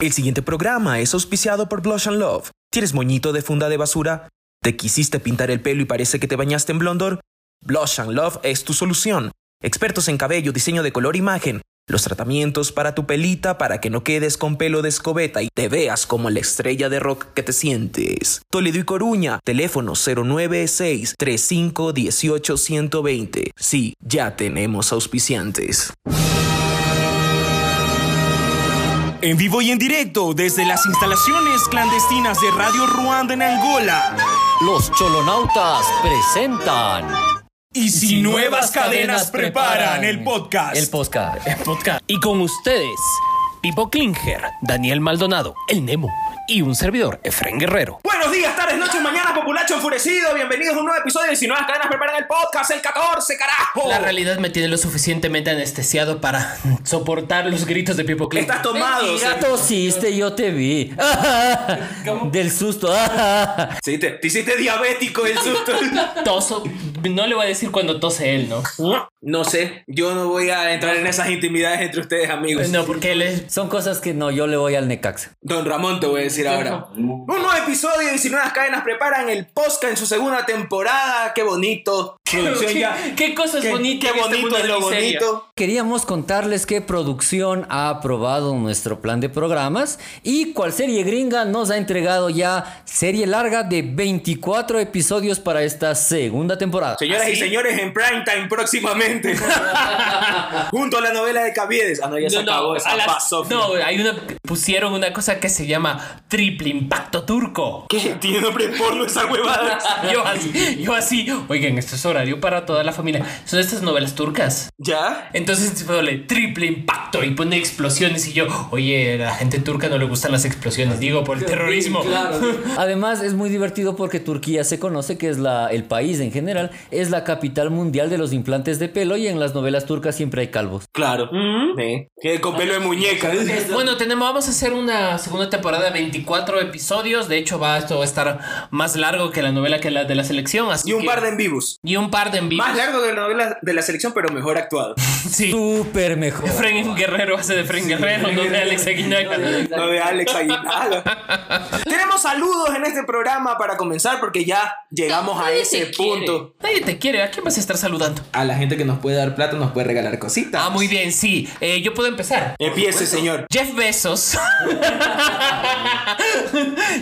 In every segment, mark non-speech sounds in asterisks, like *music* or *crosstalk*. El siguiente programa es auspiciado por Blush and Love. ¿Tienes moñito de funda de basura? ¿Te quisiste pintar el pelo y parece que te bañaste en Blondor? Blush and Love es tu solución. Expertos en cabello, diseño de color, imagen. Los tratamientos para tu pelita para que no quedes con pelo de escobeta y te veas como la estrella de rock que te sientes. Toledo y Coruña, teléfono 096 35 18 120. Sí, ya tenemos auspiciantes. En vivo y en directo desde las instalaciones clandestinas de Radio Ruanda en Angola. Los Cholonautas presentan. Y si, si nuevas, nuevas cadenas, cadenas preparan el podcast. El podcast. El podcast. Y con ustedes, Pipo Klinger, Daniel Maldonado, el Nemo y un servidor, Efren Guerrero. Buenos días, tardes, noches, mañanas, populacho enfurecido. Bienvenidos a un nuevo episodio de Si Nuevas Cadenas Preparan el Podcast, el 14, carajo. La realidad me tiene lo suficientemente anestesiado para soportar los gritos de Pipo Click. Estás tomado. Sí, tosiste, yo *laughs* te vi. ¿Cómo? Del susto. *laughs* Sí, te, te, hiciste diabético el susto. Toso. No le voy a decir cuando tose él, ¿no? *laughs* No sé. Yo no voy a entrar en esas intimidades entre ustedes, amigos. No, porque él es... Pues Son cosas que no, yo le voy al Necaxa. Don Ramón, te voy a decir decir ahora. Un nuevo episodio de si nuevas cadenas preparan el podcast en su segunda temporada. Qué bonito. *laughs* Producción *laughs* ¿Qué, ya. Qué cosas qué, bonitas. Qué bonito este es lo miseria. bonito. Queríamos contarles que producción ha aprobado nuestro plan de programas y cual serie gringa nos ha entregado ya serie larga de 24 episodios para esta segunda temporada. Señoras ¿Así? y señores, en primetime próximamente. Junto a la novela de Caviedes. Ah, no, ya se no, acabó. No, esa las, pasó, no, hay una, pusieron una cosa que se llama triple impacto turco. ¿Qué? Tiene nombre porno esa huevada. *laughs* yo, así, yo así, oigan, esto es horario para toda la familia. Son estas novelas turcas. ¿Ya? Entonces ponle triple impacto y pone explosiones. Y yo, oye, a la gente turca no le gustan las explosiones, digo, por el terrorismo. Sí, claro, sí. *laughs* Además, es muy divertido porque Turquía se conoce que es la, el país en general, es la capital mundial de los implantes de pelo y en las novelas turcas siempre hay calvos. Claro. ¿Mm? Sí. Que con pelo de muñeca. *laughs* Bueno, tenemos, vamos a hacer una segunda temporada de 20 24 episodios. De hecho, va, esto va a estar más largo que la novela que la de la selección. Así y un que, par de en vivos. Y un par de en vivos. Más *laughs* largo que la novela de la selección, pero mejor actuado. sí. Súper mejor. Fren Guerrero hace de Fren sí, Guerrero, no *laughs* de Alex Aguinaga. No de Alex Aguinaga. Tenemos saludos en este programa para comenzar, porque ya llegamos Nadie a ese punto. Nadie te quiere. ¿A quién vas a estar saludando? A la gente que nos puede dar plata, nos puede regalar cositas. Ah, muy bien, sí. Eh, yo puedo empezar. Empiece, señor. Jeff Bezos. *laughs*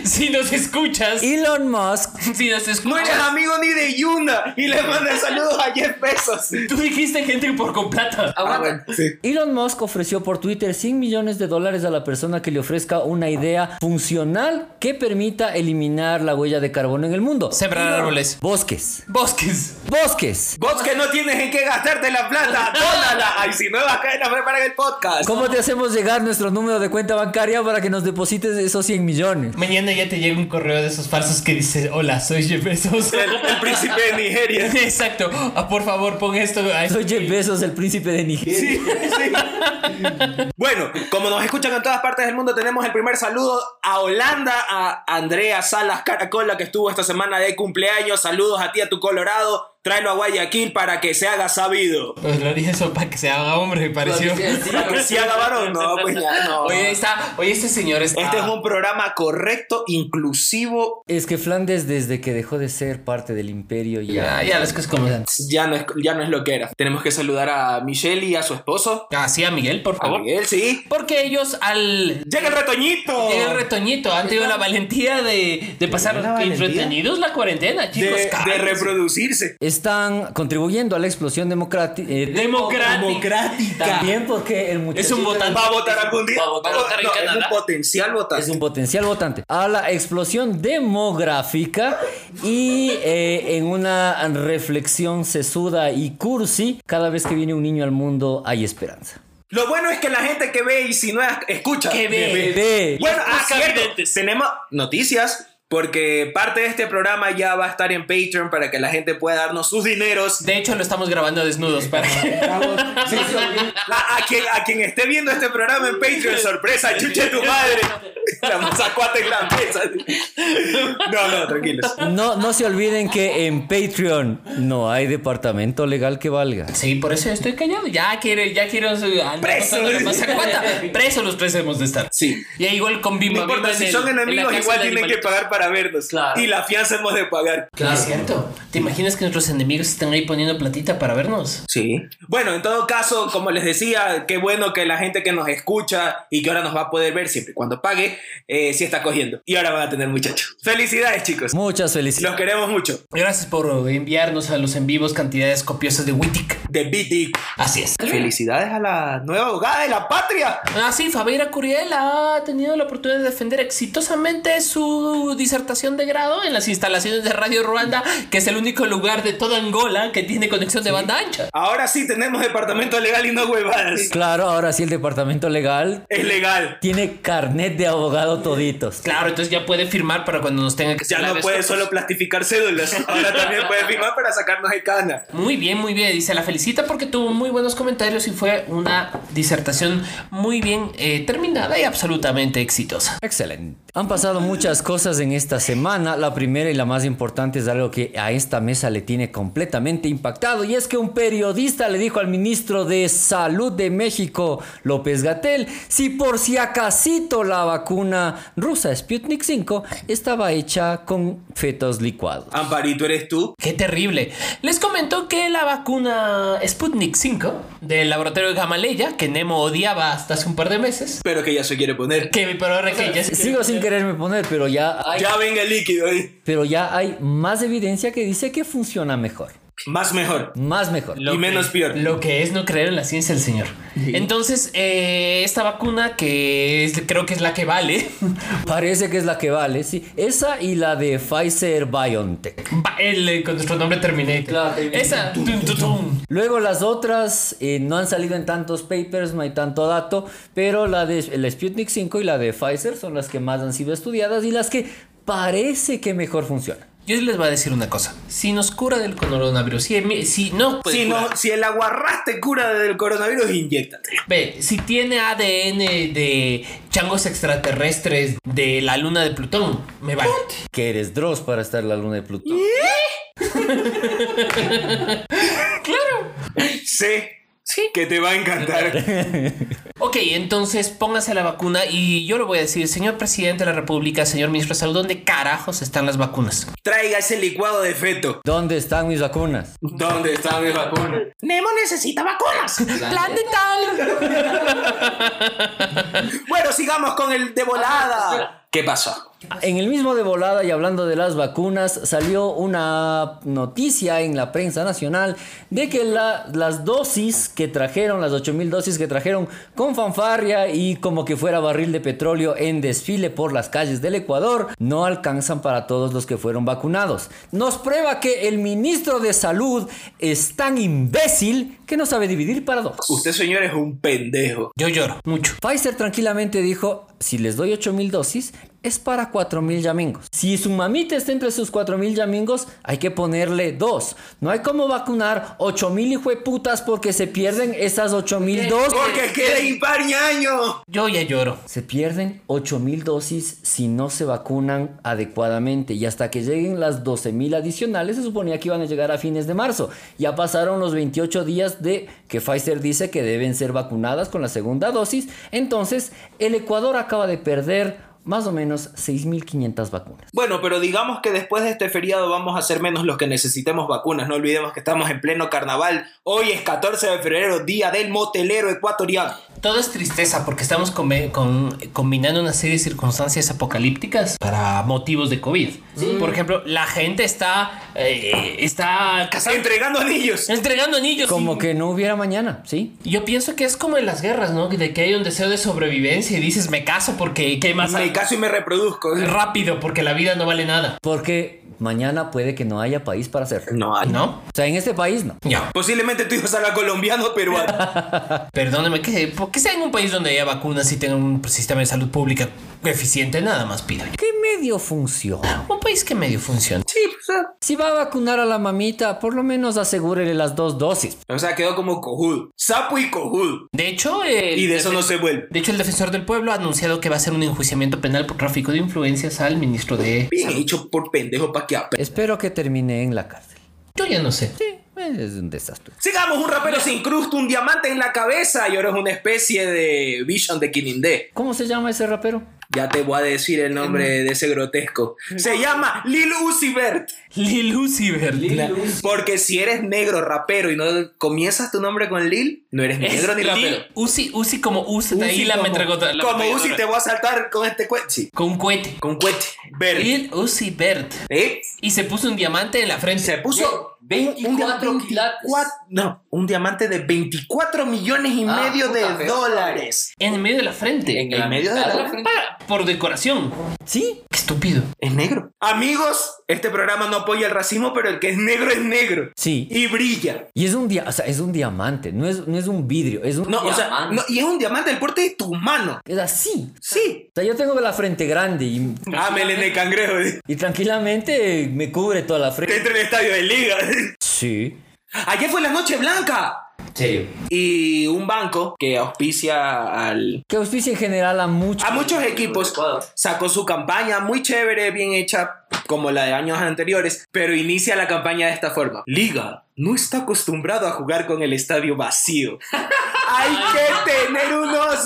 si nos escuchas. Elon Musk. Si nos escuchas. No eres amigo ni de Yuna. Y le mandas saludos a Jeff Bezos. Tú dijiste gente por con plata. Ah, bueno, sí. Elon Musk ofreció por Twitter 100 millones de dólares a la persona que le ofrezca una idea funcional que permita eliminar la huella de carbono en el mundo. Sembrar no. árboles. Bosques. Bosques. Bosques. Bosques no tienes en qué gastarte la *laughs* plata. Dónala. Ay, si no vas a caer, preparan el podcast. ¿Cómo te hacemos llegar nuestro número de cuenta bancaria para que nos deposites esos 100 millones. Mañana ya te llega un correo de esos falsos que dice, hola, soy Jeff Bezos. El, el príncipe de Nigeria. *laughs* Exacto. Ah, por favor, pon esto. Ay, soy Jeff Bezos, el príncipe de Nigeria. Sí, sí. bueno, como nos escuchan en todas partes del mundo, tenemos el primer saludo a Holanda, a Andrea Salas Caracola, que estuvo esta semana de cumpleaños. Saludos a ti, a tu Colorado tráelo a Guayaquil para que se haga sabido. Pues lo dije eso para que se haga hombre, pareció. Para que se haga *laughs* varón, no, pues ya no. Oye, está, oye este señor está... Este es un programa correcto, inclusivo. Es que Flandes, desde que dejó de ser parte del imperio, ya. Ya, ya las cosas como Ya no, es, ya no es lo que era. Tenemos que saludar a Michelle y a su esposo. Ah, sí, a Miguel, por favor. A Miguel, Oh. sí. Porque ellos al. ¡Llega el retoñito! Llega el retoñito. Han tenido la valentía de, de pasar retenidos la cuarentena, chicos. De, de reproducirse están contribuyendo a la explosión democrática. Eh, democrática. democrática. También porque el muchacho es un votante. Va a votar algún día. Va a votar, no, en no, Canadá. Es un potencial votante. Es un potencial votante. A la explosión demográfica y eh, en una reflexión sesuda y cursi, cada vez que viene un niño al mundo hay esperanza. Lo bueno es que la gente que ve y si no escucha. Que ve. ve. Bueno, ah, tenemos noticias porque parte de este programa ya va a estar en Patreon para que la gente pueda darnos sus dineros. De hecho, lo estamos grabando desnudos para que... *laughs* sí, sí, a, a, quien, a, quien, esté viendo este programa en Patreon, sorpresa, chuche tu madre. la sacó a la mesa. No, no, tranquilos. No, no se olviden que en Patreon no hay departamento legal que valga. Sí, por eso estoy callado. Ya quiero, ya quiero su- andar Preso. pasándole más a cuenta. *laughs* Preso los tres hemos de estar. Sí. Y ahí igual con Bimba. No importa, Bimba si en son el- en la enemigos, cárcel igual de tienen que animalitos. pagar para vernos. Claro. Y la fianza hemos de pagar. Claro, es cierto. ¿Te imaginas que nuestros enemigos están ahí poniendo platita para vernos? Sí. Bueno, en todo caso, como les decía, qué bueno que la gente que nos escucha y que ahora nos va a poder ver siempre y cuando pague, eh, sí está cogiendo. Y ahora van a tener muchachos. Felicidades, chicos. Muchas felicidades. Los queremos mucho. Gracias por enviarnos a los en vivos cantidades copiosas de Wittig. De BT. Así es. Felicidades a la nueva abogada de la patria. Ah, sí, Fabeira Curiel ha tenido la oportunidad de defender exitosamente su disertación de grado en las instalaciones de Radio Ruanda, que es el único lugar de toda Angola que tiene conexión de banda ancha. Ahora sí tenemos departamento legal y no huevadas. Claro, ahora sí el departamento legal Es legal. tiene carnet de abogado toditos. Claro, entonces ya puede firmar para cuando nos tenga que Ya sacar no de puede esto. solo plastificar *laughs* cédulas. Ahora también puede firmar para sacarnos de cana. Muy bien, muy bien. Dice, la felicita porque tuvo muy buenos comentarios y fue una disertación muy bien eh, terminada y absolutamente exitosa. Excelente. Han pasado muchas cosas en esta semana. La primera y la más importante es algo que a esta mesa le tiene completamente impactado y es que un periodista le dijo al ministro de Salud de México, López Gatel, si por si acasito la vacuna rusa Sputnik 5 estaba hecha con fetos licuados. Amparito, ¿eres tú? Qué terrible. Les comento que la vacuna Sputnik 5 del laboratorio de Gamaleya, que Nemo odiaba hasta hace un par de meses, Pero que ya se quiere poner. que mi perro que ya se- Sigo sin quererme poner, pero ya hay, Ya venga el líquido ahí. pero ya hay más evidencia que dice que funciona mejor. Más mejor. Más mejor. y menos peor. Lo que es no creer en la ciencia del señor. Entonces, eh, esta vacuna que es- creo que es la que vale, *laughs* Parece que es la que vale, sí. Esa y la de Pfizer BioNTech. va- el, eh, con nuestro nombre Terminator. Claro, Terminator. Esa. tum, tum, tum. Luego las otras eh, no han salido en tantos papers, no hay tanto dato, pero la de el Sputnik 5 y la de Pfizer son las que más han sido estudiadas y las que parece que mejor funcionan. Yo les voy a decir una cosa. Si nos cura del coronavirus, si, mi- si no, pues, puede Si, curar. no, si el aguarrás te cura del coronavirus, inyéctate. Ve, si tiene ADN de changos extraterrestres de la luna de Plutón, me vale. Que eres Dross para estar en la luna de Plutón. Sé Sí. que te va a *laughs* encantar. Ok, entonces póngase la vacuna y yo le voy a decir, señor presidente de la República, señor ministro de Salud, ¿dónde carajos están las vacunas? Traiga ese licuado de feto. ¿Dónde están mis vacunas? ¿Dónde está mi vacuna? Nemo necesita vacunas. Plan de tal. Bueno, sigamos con el de volada. Ah, ¿Qué pasó? Ah, En el mismo de volada y hablando de las vacunas, salió una noticia en la prensa nacional de que la- las dosis que trajeron, las 8000 dosis que trajeron con fanfarria y como que fuera barril de petróleo en desfile por las calles del Ecuador, no alcanzan para todos los que fueron vacunados. Nos prueba que el ministro de Salud es tan imbécil que no sabe dividir para dos. Usted, señor, es un pendejo. Yo lloro mucho. Pfizer tranquilamente dijo, si les doy 8000 dosis, es para 4000 yamingos. Si su mamita está entre sus 4000 yamingos, hay que ponerle dos. No hay como vacunar 8000 hijueputas porque se pierden esas 8000 dosis. Porque queda impar ñaño. Yo ya lloro. Se pierden 8000 dosis si no se vacunan adecuadamente y hasta que lleguen las 12000 adicionales se suponía que iban a llegar a fines de marzo. Ya pasaron los 28 días de que Pfizer dice que deben ser vacunadas con la segunda dosis, entonces el Ecuador acaba de perder más o menos 6500 vacunas. Bueno, pero digamos que después de este feriado vamos a ser menos los que necesitemos vacunas. No olvidemos que estamos en pleno carnaval. Hoy es 14 de febrero, día del motelero ecuatoriano. Todo es tristeza porque estamos come- con- combinando una serie de circunstancias apocalípticas para motivos de COVID. Por ejemplo, la gente está, eh, está casando- Entregando anillos. entregando anillos. Como que no hubiera mañana, ¿sí? Y Yo pienso que es como en las guerras, ¿no? De que hay un deseo de sobrevivencia y dices, me caso porque ¿qué más hay? Me caso y me reproduzco. Rápido, porque la vida no vale nada. Porque mañana puede que no haya país para hacerlo. No, hay. ¿No? O sea, en este país no. Ya. Posiblemente tu hijo salga colombiano o peruano. Perdóneme, que, ¿por qué sea en un país donde haya vacunas y tenga un sistema de salud pública eficiente? Nada más pido. ¿Qué medio funciona? Un país que medio funciona. *laughs* Sí, pues, ah. o sea. Si va a vacunar a la mamita, por lo menos asegúrele las dos dosis. O sea, quedó como cojudo. Sapo y cojudo. De hecho, el Y de eso defen- no se vuelve. de hecho, el defensor del pueblo ha anunciado que va a hacer un enjuiciamiento penal por tráfico de influencias al ministro de. Bien hecho por pendejo pa' que aprenda. Espero que termine en la cárcel. Yo ya no sé. Sí, es un desastre. Sigamos, un rapero sin incrusta un diamante en la cabeza y ahora es una especie de Vision de Kinindé. ¿Cómo se llama ese rapero? Ya te voy a decir el nombre de ese grotesco. Se llama Lil Uzi Vert. Lil Uzi Vert. Porque si eres negro rapero y no comienzas tu nombre con Lil, no eres Es negro ni Lil rapero. Uzi, Uzi como Uzi, de ahí la metragota. Como Uzi te voy a saltar con este cuete. Sí, Con un cohete. con cuete. Verde. Lil Uzi Vert. ¿Eh? Y se puso un diamante en la frente. Se puso Ve- 24 un- un- quilates. cuat- No, un diamante de 24 millones y Ah, medio de puta, feo. dólares. En el medio de la frente. Ah, En el medio de la frente. Para, por decoración. Sí. Qué estúpido. Es negro. Amigos, este programa no apoya el racismo, pero el que es negro es negro. Sí. Y brilla. Y es un, dia- o sea, es un diamante, no es, no es un vidrio, es un No, o sea, diamante. no, y es un diamante del porte de tu mano. Es así. Sí. O sea, yo tengo la frente grande y, Ah, Melene Cangrejo. eh. y tranquilamente me cubre toda la Te frente. entra en el estadio de liga. Sí. Ayer fue la noche blanca. Serio. Y un banco que auspicia al, Que auspicia en general a muchos. a muchos equipos sacó su campaña muy chévere, bien hecha, como la de años anteriores, pero inicia la campaña de esta forma. Liga no está acostumbrado a jugar con el estadio vacío. Hay que tener unos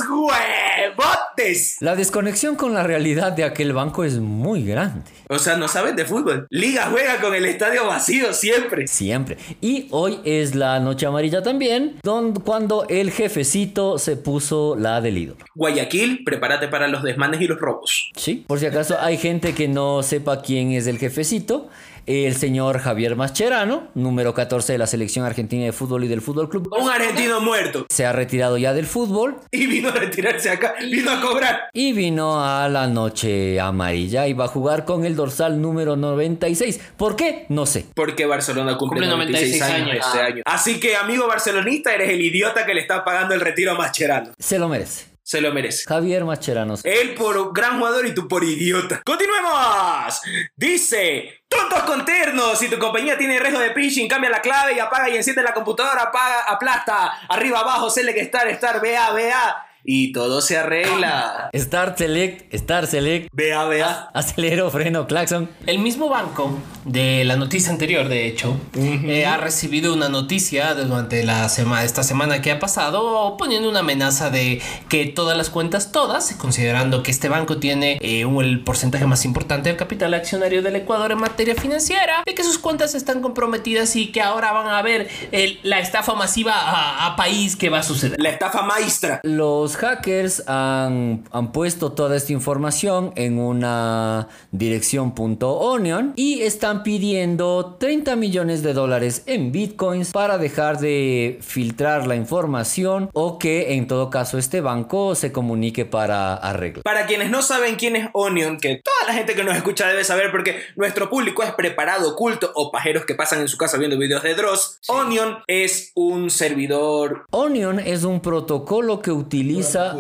huevotes. La desconexión con la realidad de aquel banco es muy grande. O sea, no sabes de fútbol. Liga juega con el estadio vacío siempre. Siempre. Y hoy es la noche amarilla también, don, cuando el jefecito se puso la del ídolo. Guayaquil, prepárate para los desmanes y los robos. Sí. Por si acaso hay gente que no sepa quién es el jefecito, el señor Javier Mascherano, número 14 de la selección argentina de fútbol y del Fútbol Club, Un argentino muerto. se ha retirado ya del fútbol Y vino a retirarse acá. Vino a cobrar. y vino a la noche amarilla y va a jugar con el dorsal número 96. ¿Por qué? No sé. Porque Barcelona cumple, Cumple 96, 96 años, años. este año. Así que, amigo barcelonista, eres el idiota que le está pagando el retiro a Mascherano. Se lo merece. Se lo merece. Javier Mascherano. Él por gran jugador y tú por idiota. ¡Continuemos! Dice: Tontos con ternos. Si tu compañía tiene riesgo de phishing, cambia la clave y apaga y enciende la computadora. Apaga, aplasta. Arriba, abajo, select, star, star, BA, BA. Y todo se arregla. Start Select, Start Select, BA, BA. acelero, freno, claxon. El mismo banco de la noticia anterior, de hecho, eh, ha recibido una noticia de- durante la semana, esta semana que ha pasado, poniendo una amenaza de que todas las cuentas, todas, considerando que este banco tiene eh, un- el porcentaje más importante del capital accionario del Ecuador en materia financiera, de que sus cuentas están comprometidas y que ahora van a ver el- la estafa masiva a, a país que va a suceder. La estafa maestra. Los hackers han, han puesto toda esta información en una dirección punto .onion y están pidiendo 30 millones de dólares en bitcoins para dejar de filtrar la información o que en todo caso este banco se comunique para arreglo. Para quienes no saben quién es Onion, que toda la gente que nos escucha debe saber porque nuestro público es preparado, culto o pajeros que pasan en su casa viendo videos de Dross, Onion es un servidor Onion es un protocolo que utiliza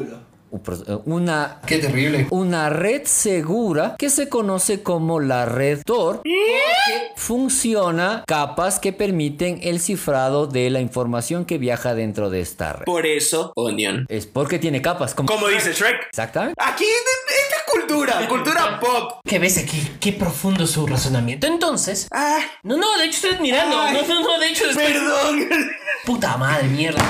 un pro- una Qué terrible. una red segura que se conoce como la red Tor. porque Funciona capas que permiten el cifrado de la información que viaja dentro de esta red. por eso Onion. Es porque tiene capas, como Como dice Shrek. exactamente. Aquí esta es cultura, *laughs* cultura pop. ¿Qué ves aquí? Qué profundo su razonamiento. Entonces... Ah, No, no, de hecho estoy admirando. Ay. No, no, no, de hecho estoy perdón. Puta madre, mierda.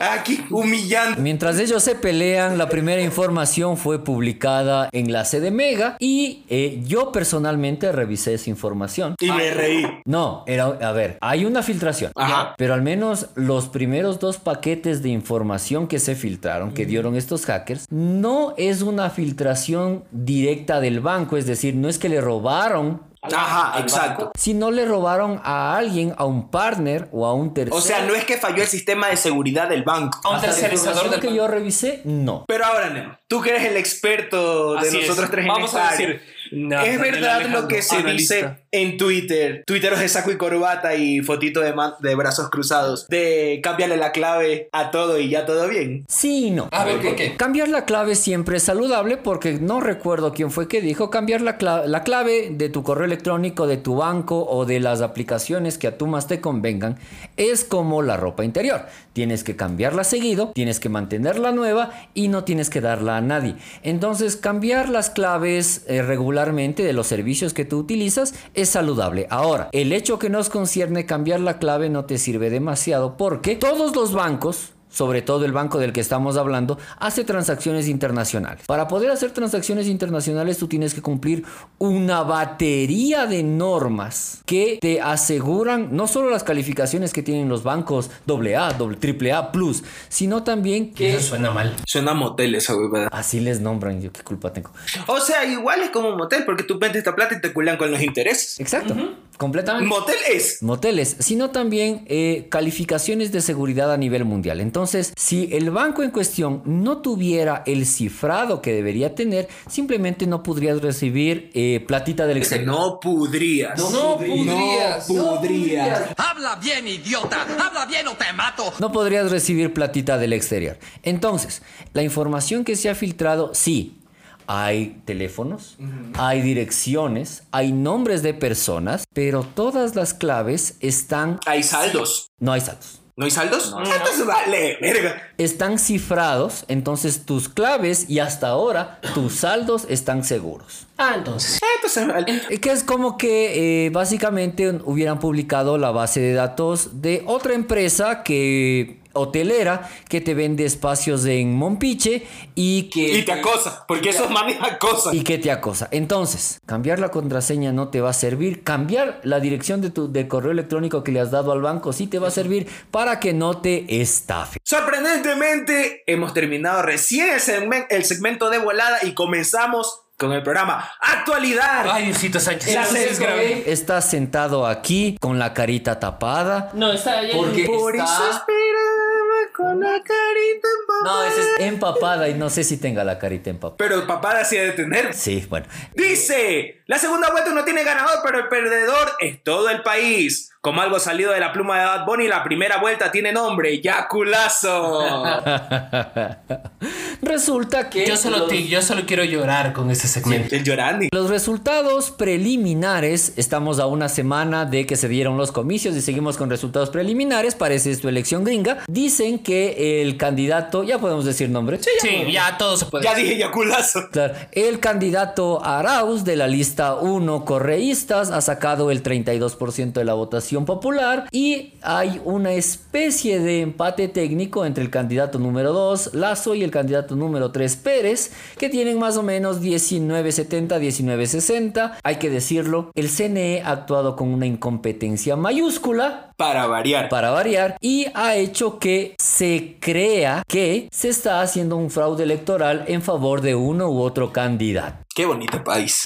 Aquí humillante. Mientras ellos se pelean, la primera información fue publicada en la sede Mega y eh, yo personalmente revisé esa información. Y me reí. No, era, a ver, hay una filtración. Ajá. Pero al menos los primeros dos paquetes de información que se filtraron, que dieron estos hackers, no es una filtración directa del banco, es decir, no es que le robaron, Ajá, exacto. sino le robaron a alguien, a un partner o a un tercero. O sea, no es que falló el sistema de seguridad del banco. A un Hasta la tercerizador información del que yo revisé, no. Pero ahora, Nemo, tú que eres el experto de Así es. nosotros tres en Vamos esta a área, decir, no, Daniel ¿es verdad Alejandro, lo que se analista. dice? en Twitter, Twitteros de saco y corbata y fotito de, man- de brazos cruzados, de cámbiale la clave a todo y ya todo bien. Sí y no. A ver, ¿por qué? Cambiar la clave siempre es saludable porque no recuerdo quién fue que dijo cambiar la, cla- la clave de tu correo electrónico, de tu banco o de las aplicaciones que a tú más te convengan es como la ropa interior. Tienes que cambiarla seguido, tienes que mantenerla nueva y no tienes que darla a nadie. Entonces cambiar las claves eh, regularmente de los servicios que tú utilizas es saludable. Ahora, el hecho que nos concierne cambiar la clave no te sirve demasiado porque todos los bancos sobre todo el banco del que estamos hablando, hace transacciones internacionales. Para poder hacer transacciones internacionales tú tienes que cumplir una batería de normas que te aseguran no solo las calificaciones que tienen los bancos AA, doble- AAA+, sino también que... Eso suena mal. Suena a motel esa huevada. Así les nombran, yo qué culpa tengo. O sea, igual es como un motel porque tú vendes esta plata y te culan con los intereses. Exacto, completamente. Motel es. moteles, sino también eh, calificaciones de seguridad a nivel mundial. Entonces, si el banco en cuestión no tuviera el cifrado que debería tener, simplemente no podrías recibir eh, platita del Dice, exterior. no pudrías. No podrías. No podrías. No podrías recibir platita del exterior. Entonces, la información que se ha filtrado, sí, hay teléfonos, hay direcciones, hay nombres de personas, pero todas las claves están... Hay saldos. No hay saldos. ¿No hay saldos? Entonces vale, verga. están cifrados, entonces tus claves y hasta ahora tus saldos están seguros. Ah, entonces. Entonces vale. Eh, Que es como que eh, básicamente hubieran publicado la base de datos de otra empresa que hotelera que te vende espacios en Monpiche y que Y te acosa, porque esos manes acosan. y que te acosa. Entonces, cambiar la contraseña no te va a servir. Cambiar la dirección de tu de correo electrónico que le has dado al banco sí te va a servir para que no te estafe. Sorprendentemente, hemos terminado recién el, segmen- el segmento de volada y comenzamos con el programa Actualidad. Ay, Diosito Sánchez. La Eso serie es es grave. grave. Estás sentado aquí con la carita tapada, No, está ya. Porque Por está- eso esperaba con la carita empapada. No, esa es empapada y no sé si tenga la carita empapada. Pero papá hacía detener. Sí, bueno. Dice, la segunda vuelta no tiene ganador, pero el perdedor es todo el país. Como algo salido de la pluma de Bad Bunny, la primera vuelta tiene nombre, ya culazo. Resulta que Yo solo, los, te- yo solo quiero llorar con ese segmento. el Llorandi. los resultados preliminares, estamos a una semana de que se dieron los comicios y seguimos con resultados preliminares, parece esto elección gringa, dicen que el candidato, ya podemos decir nombre. Sí, ya todo se puede. Ya dije ya culazo. Claro, el candidato Arauz de la lista 1 correístas ha sacado el 32% de la votación popular y hay una especie de empate técnico entre el candidato número 2 Lazo y el candidato número 3 Pérez que tienen más o menos 1970, 1960. Hay que decirlo, el CNE ha actuado con una incompetencia mayúscula Para variar. para variar, y ha hecho que se crea que se está haciendo un fraude electoral en favor de uno u otro candidato. Qué bonito país.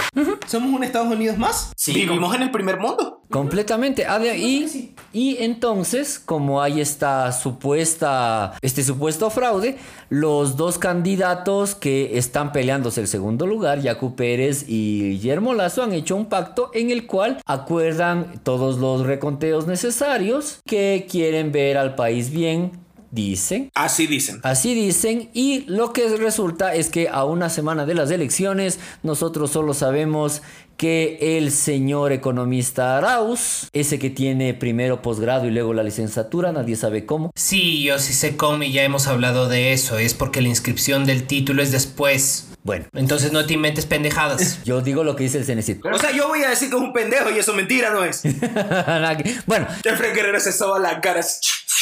Somos un Estados Unidos más. Vivimos en el primer mundo. Completamente. Ah, de- Y, y entonces, como hay esta supuesta, este supuesto fraude, los dos candidatos que están peleándose el segundo lugar, Yacu Pérez y Guillermo Lazo, han hecho un pacto en el cual acuerdan todos los reconteos necesarios que quieren ver al país bien, dicen, Así dicen. Así dicen y lo que resulta es que a una semana de las elecciones nosotros solo sabemos que el señor economista Arauz, ese que tiene primero posgrado y luego la licenciatura, nadie sabe cómo, Sí, yo sí sé cómo y ya hemos hablado de eso. Es porque la inscripción del título es después. bueno, Entonces no te inventes pendejadas. yo digo lo que dice el Cenecito. *laughs* O sea, yo voy a decir que es un pendejo y eso mentira, ¿no *laughs* es? Que bueno, Frank Guerrero se soba la cara. así.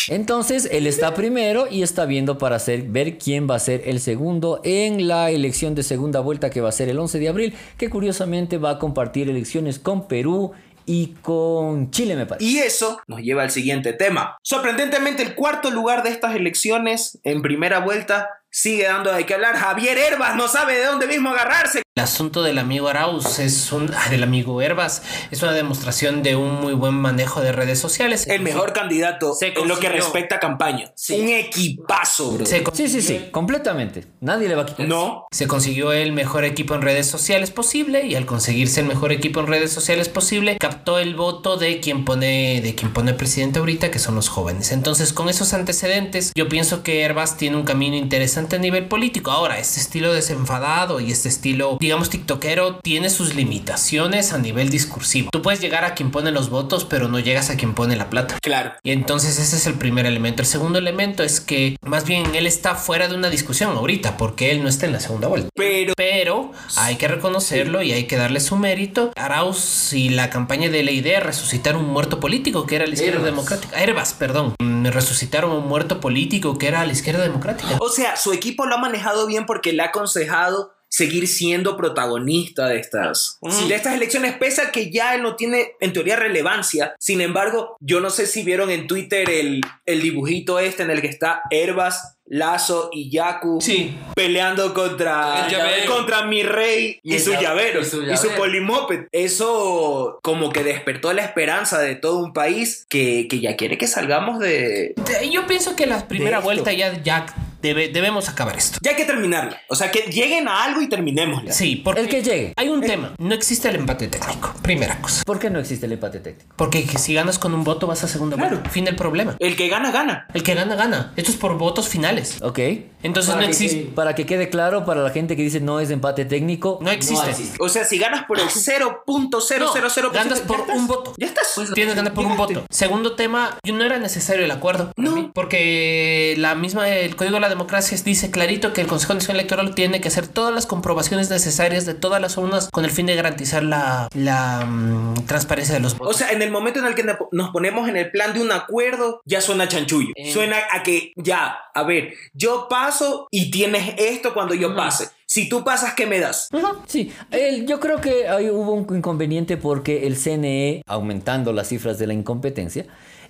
Entonces, él está primero y está viendo para hacer, ver quién va a ser el segundo en la elección de segunda vuelta que va a ser el 11 de abril, que curiosamente va a compartir elecciones con Perú y con Chile, me parece. Y eso nos lleva al siguiente tema. Sorprendentemente, el cuarto lugar de estas elecciones en primera vuelta sigue dando de qué hablar. Javier Herbas no sabe de dónde mismo agarrarse. El asunto del amigo Arauz es un ah, del amigo Herbas es una demostración de un muy buen manejo de redes sociales. El mejor candidato Se en lo que consiguió. respecta a campaña. Un equipazo, bro. Se con- Sí, sí, sí, completamente. Nadie le va a quitar. No, Se consiguió el mejor equipo en redes sociales posible y al conseguirse el mejor equipo en redes sociales posible captó el voto de quien pone de quien pone presidente ahorita que son los jóvenes. Entonces con esos antecedentes yo pienso que Herbas tiene un camino interesante a nivel político. Ahora este estilo desenfadado y este estilo digamos tiktokero tiene sus limitaciones a nivel discursivo. Tú puedes llegar a quien pone los votos pero no llegas a quien pone la plata. claro. Y entonces ese es el primer elemento. El segundo elemento es que más bien él está fuera de una discusión ahorita porque él no está en la segunda vuelta. Pero Pero hay que reconocerlo y hay que darle su mérito. Arauz y la campaña de la idea de resucitar un muerto político que era la izquierda Herbas. democrática. Herbas, perdón. Mm, Resucitaron un muerto político que era la izquierda democrática. Ah, O sea, su equipo lo ha manejado bien porque le ha aconsejado seguir siendo protagonista de estas, de estas elecciones, pese a que ya él no tiene en teoría relevancia. Sin embargo, yo no sé si vieron en Twitter el, el dibujito este en el que está Herbas, Lazo y Yaku Sí. peleando contra, El llavero. contra mi rey y, Y el su lla- llavero y su y su llavero. polimoped. Eso como que despertó la esperanza de todo un país que, que ya quiere que salgamos de... Te- Yo pienso que la primera esto. vuelta ya, ya debe- debemos acabar esto. Ya hay que terminarla. O sea, que lleguen a algo y terminémosla. Sí, porque El que llegue. hay un tema. No existe el empate técnico. Primera cosa. ¿Por qué no existe el empate técnico? Porque si ganas con un voto vas a segunda Claro. vuelta. Fin del problema. El que gana, gana. El que gana, gana. Esto es por votos finales. ¿Ok? Entonces no Para que- existe. Para que quede claro para la gente que dice no es empate técnico. No existe. existe. O sea, si ganas *laughs* por el 0.000%, No, ganas por un voto. Pues, Ya estás. Tienes que ganar por un voto. Segundo tema, yo- no era necesario el acuerdo. para mí, porque la misma, el Código de la Democracia dice clarito que el Consejo Nacional Electoral tiene que hacer todas las comprobaciones necesarias de todas las urnas con el fin de garantizar la, la mm, transparencia de los O votos. sea, en el momento en el que ne- nos ponemos en el plan de un acuerdo, ya suena chanchullo. Eh. Suena a que ya, a ver, yo paso y tienes esto cuando yo pase. Si tú pasas, ¿qué me das? Ajá, Sí, El- yo creo que ahí hubo un inconveniente porque el CNE, aumentando las cifras de la incompetencia,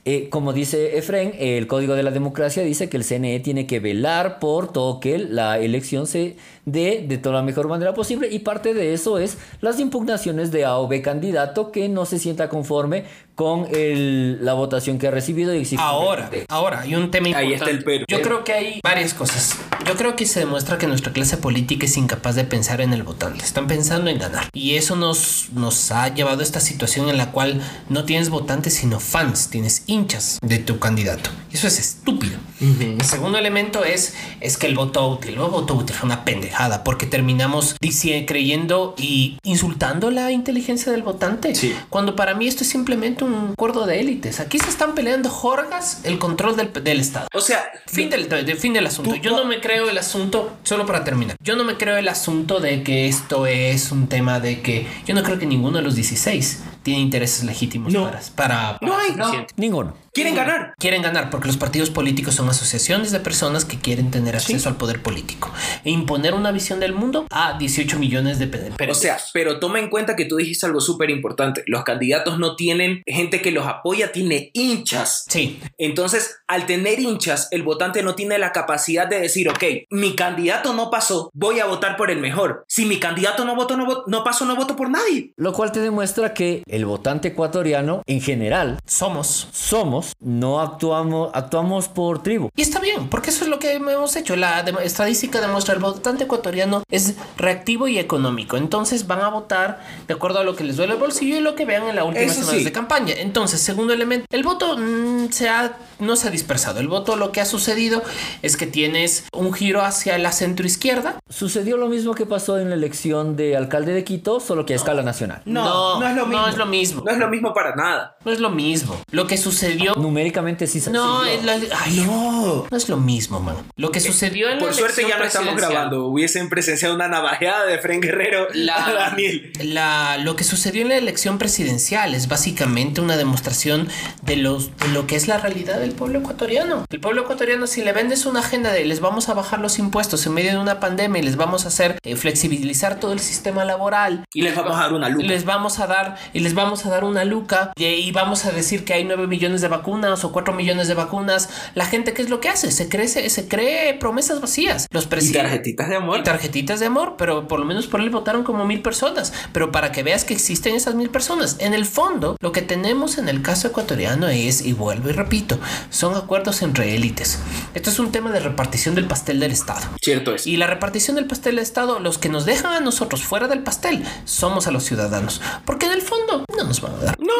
eh, como dice Efren, el Código de la Democracia dice que el CNE tiene que velar por todo que la elección se dé de toda la mejor manera posible y parte de eso es las impugnaciones de A o B candidato que no se sienta conforme con el- la votación que ha recibido y exige- Ahora, ahora, hay un tema importante. Ahí está el pero. Yo creo que hay varias cosas. Yo creo que se demuestra que nuestra clase política es incapaz de pensar en el votante. Están pensando en ganar. Y eso nos, nos ha llevado a esta situación en la cual no tienes votantes, sino fans. Tienes hinchas de tu candidato. Y eso es estúpido. El segundo elemento es, es que el voto útil, no voto útil, es una pendejada, porque terminamos dici- creyendo y insultando la inteligencia del votante. Cuando para mí esto es simplemente un acuerdo de élites. Aquí se están peleando jorgas el control del, del Estado. O sea, Fin del, de- fin del asunto. Yo no me creo el asunto, solo para terminar, yo no me creo el asunto de que esto es un tema de que yo no creo que ninguno de los 16 tiene intereses legítimos para, para, No hay, no. suficiente. Ninguno. quieren ganar. Quieren ganar porque los partidos políticos son asociaciones de personas que quieren tener acceso al poder político e imponer una visión del mundo a 18 millones de pe- O personas. sea, pero toma en cuenta que tú dijiste algo súper importante. Los candidatos no tienen gente que los apoya, tiene hinchas. sí, Entonces, al tener hinchas, el votante no tiene la capacidad de decir, ok, mi candidato no pasó, voy a votar por el mejor. Si mi candidato no voto, no, voto, no paso, no voto por nadie. Lo cual te demuestra que el votante ecuatoriano en general somos. somos, no actuamos, actuamos por tribu. Y está bien, porque eso es lo que hemos hecho. La dem- estadística demuestra el votante ecuatoriano es reactivo y económico. Entonces van a votar de acuerdo a lo que les duele el bolsillo y lo que vean en la última Eso semana sí. de campaña. Entonces, segundo elemento, el voto mm, se ha- no se ha dispersado. El voto lo que ha sucedido es que tienes un giro hacia la centro izquierda. Sucedió lo mismo que pasó en la elección de alcalde de Quito, solo que a escala nacional. No, no, es lo mismo. No es lo mismo. No es lo mismo para nada. No es lo mismo. Lo que sucedió. Numéricamente sí se- No, sí, es la- ay, No. no es lo mismo, man. Lo que sucedió en la Eh, Por suerte elección ya no estamos presidencial- grabando. Hubiesen presenciado una navajeada de Fren Guerrero a *laughs* Daniel. la- lo que sucedió en la elección presidencial es básicamente una demostración de, los, de lo que es la realidad del pueblo ecuatoriano. El pueblo ecuatoriano, si le vendes una agenda de les vamos a bajar los impuestos en medio de una pandemia y les vamos a hacer eh, flexibilizar todo el sistema laboral Y les vamos a dar una lupa. les vamos a dar y les vamos a dar una luca y, y vamos a decir que hay 9 millones de vacunas o 4 millones de vacunas, la gente, ¿qué es lo que hace? Se cree, se, se cree promesas vacías. Los Y presidentes. tarjetitas de amor. Y tarjetitas de amor, pero por lo menos por él votaron como mil personas. Pero para que veas que existen esas mil personas, en el fondo, lo que tenemos en el caso ecuatoriano es, y vuelvo y repito, son acuerdos entre élites. Esto es un tema de repartición del pastel del Estado. Cierto es. Y la repartición del pastel de Estado, los que nos dejan a nosotros fuera del pastel, somos a los ciudadanos. Porque en el fondo no nos van a dar. No,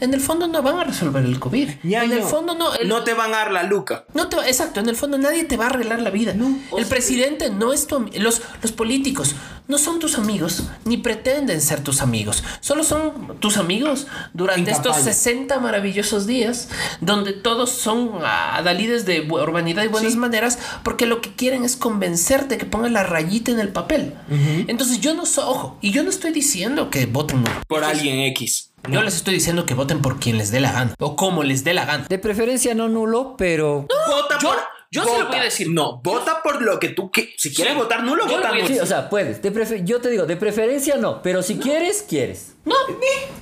en el fondo no van a resolver el COVID. en el fondo no. el- No te van a dar la luca. no te va- exacto, en el fondo nadie te va a arreglar la vida. el presidente eh, no es tu ami- los los políticos no son tus amigos ni pretenden ser tus amigos. Solo son tus amigos durante En estos campaña. 60 maravillosos días donde todos son adalides de bu- urbanidad y buenas maneras porque lo que quieren es convencerte que pongas la rayita en el papel. Entonces yo no soy, ojo, y yo no estoy diciendo que voten no. Por alguien X. Yo les estoy diciendo que voten por quien les dé la gana o como les dé la gana. De preferencia no nulo, pero... Vota yo- por. yo se lo vota. voy a decir. No, vota por lo que tú. Que, si quieres Sí. votar nulo, Yo vota lo voy a nulo. Sí, o sea, puedes. De prefe- yo te digo, de preferencia no, pero si quieres, quieres. No,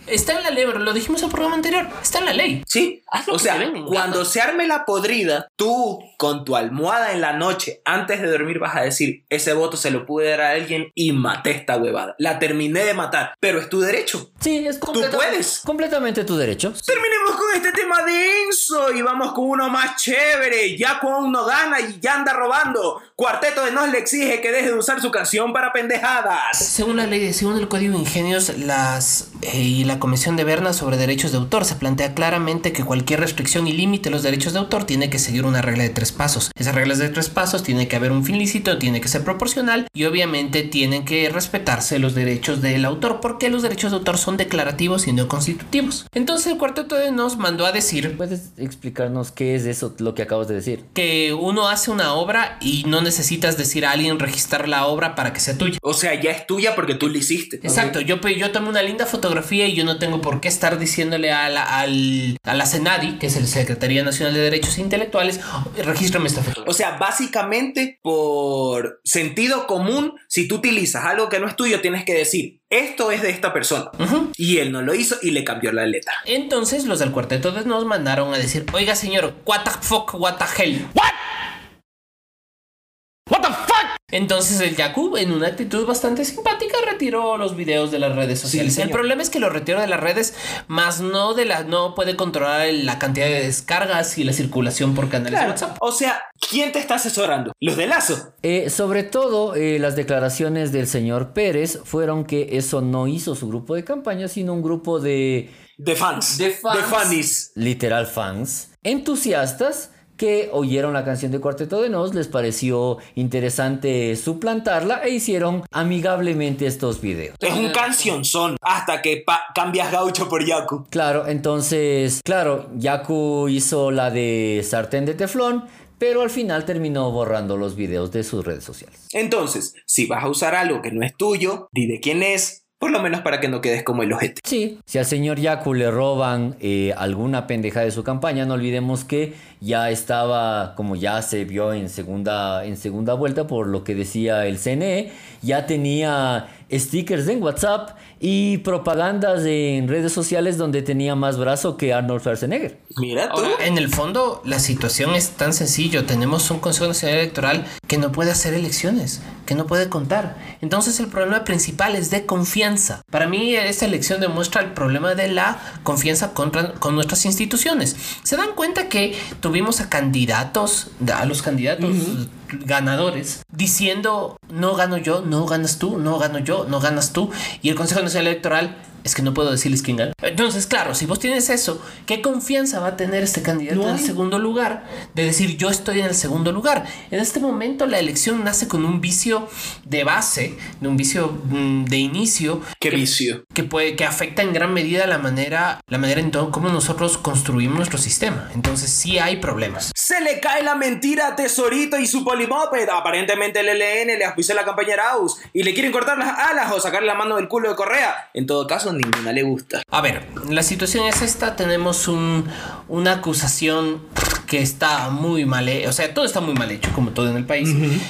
está en la ley, pero lo dijimos en el programa anterior. Está en la ley. Sí, Haz lo o que sea, te venga. cuando se arme la podrida, tú con tu almohada en la noche, antes de dormir, vas a decir: Ese voto se lo pude dar a alguien y maté esta huevada. La terminé de matar, pero es tu derecho. Sí, es completamente- puedes. Completamente tu derecho. Terminemos con este tema denso y vamos con uno más chévere. Ya con uno gana y ya anda robando. Cuarteto de Nos le exige que deje de usar su canción para pendejadas. Según la ley, según el Código de Ingenios las, eh, y la Comisión de Berna sobre Derechos de Autor, se plantea claramente que cualquier restricción y límite a los derechos de autor tiene que seguir una regla de tres pasos. Esas reglas de tres pasos tiene que haber un fin lícito, tiene que ser proporcional y obviamente tienen que respetarse los derechos del autor, porque los derechos de autor son declarativos y no constitutivos. Entonces el cuarteto de nos mandó a decir ¿Puedes explicarnos qué es eso, lo que acabas de decir? que uno hace una obra y no necesitas decir a alguien registrar la obra para que sea tuya. O sea, ya es tuya porque tú lo hiciste. Exacto, yo, pe- yo tomé una linda fotografía y yo no tengo por qué estar diciéndole a la, al, a la CENADI, que es el Secretaría Nacional de Derechos Intelectuales, regístrame esta fotografía. O sea, básicamente por sentido común, si tú utilizas algo que no es tuyo, tienes que decir, esto es de esta persona. Ujú. Y él no lo hizo y le cambió la letra. Entonces los del cuarteto de nos mandaron a decir, oiga señor, what the fuck, what the hell. What? What the fuck. Entonces el Yaku, en una actitud bastante simpática, retiró los videos de las redes sociales. el problema es que los retiró de las redes, más no de las, no puede controlar el- la cantidad de descargas y la circulación por canales Claro. WhatsApp. O sea, ¿quién te está asesorando? Los de Lazo. Eh, sobre todo, eh, las declaraciones del señor Pérez fueron que eso no hizo su grupo de campaña, sino un grupo de De fans. De fans. De fanis. literal fans, entusiastas que oyeron la canción de Cuarteto de Nos, les pareció interesante suplantarla e hicieron amigablemente estos videos. Es un cancionzón hasta que pa- cambias gaucho por Yaku. Claro, entonces, claro, Yaku hizo la de sartén de teflón, pero al final terminó borrando los videos de sus redes sociales. Entonces, si vas a usar algo que no es tuyo, di de quién es, por lo menos para que no quedes como el ojete. Sí, si al señor Yaku le roban eh, alguna pendeja de su campaña, no olvidemos que ya estaba, como ya se vio en segunda, en segunda vuelta por lo que decía el CNE, ya tenía stickers en WhatsApp y propagandas en redes sociales donde tenía más brazo que Arnold Schwarzenegger. Mira tú. Ahora, en el fondo, la situación es tan sencillo. Tenemos un Consejo Nacional Electoral que no puede hacer elecciones, que no puede contar. Entonces, el problema principal es de confianza. Para mí, esta elección demuestra el problema de la confianza contra, con nuestras instituciones. ¿Se dan cuenta que tuvimos a candidatos, a los candidatos ganadores, diciendo, no gano yo, no ganas tú, no gano yo, no ganas tú? Y el Consejo Nacional Electoral es que no puedo decirles quién gana. Entonces, claro, si vos tienes eso, ¿qué confianza va a tener este candidato en el segundo lugar de decir yo estoy en el segundo lugar? En este momento la elección nace con un vicio de base, de un vicio mm, de inicio Qué vicio. que puede que afecta en gran medida la manera la manera en todo cómo nosotros construimos nuestro sistema. Entonces, sí hay problemas. Se le cae la mentira a Tesorito y su polimoped. Aparentemente el LN le auspició la campaña Arauz y le quieren cortar las alas o sacarle la mano del culo de Correa. En todo caso, ninguna le gusta. A ver, la situación es esta, tenemos un, una acusación que está muy mal, he- o sea, todo está muy mal hecho, como todo en el país.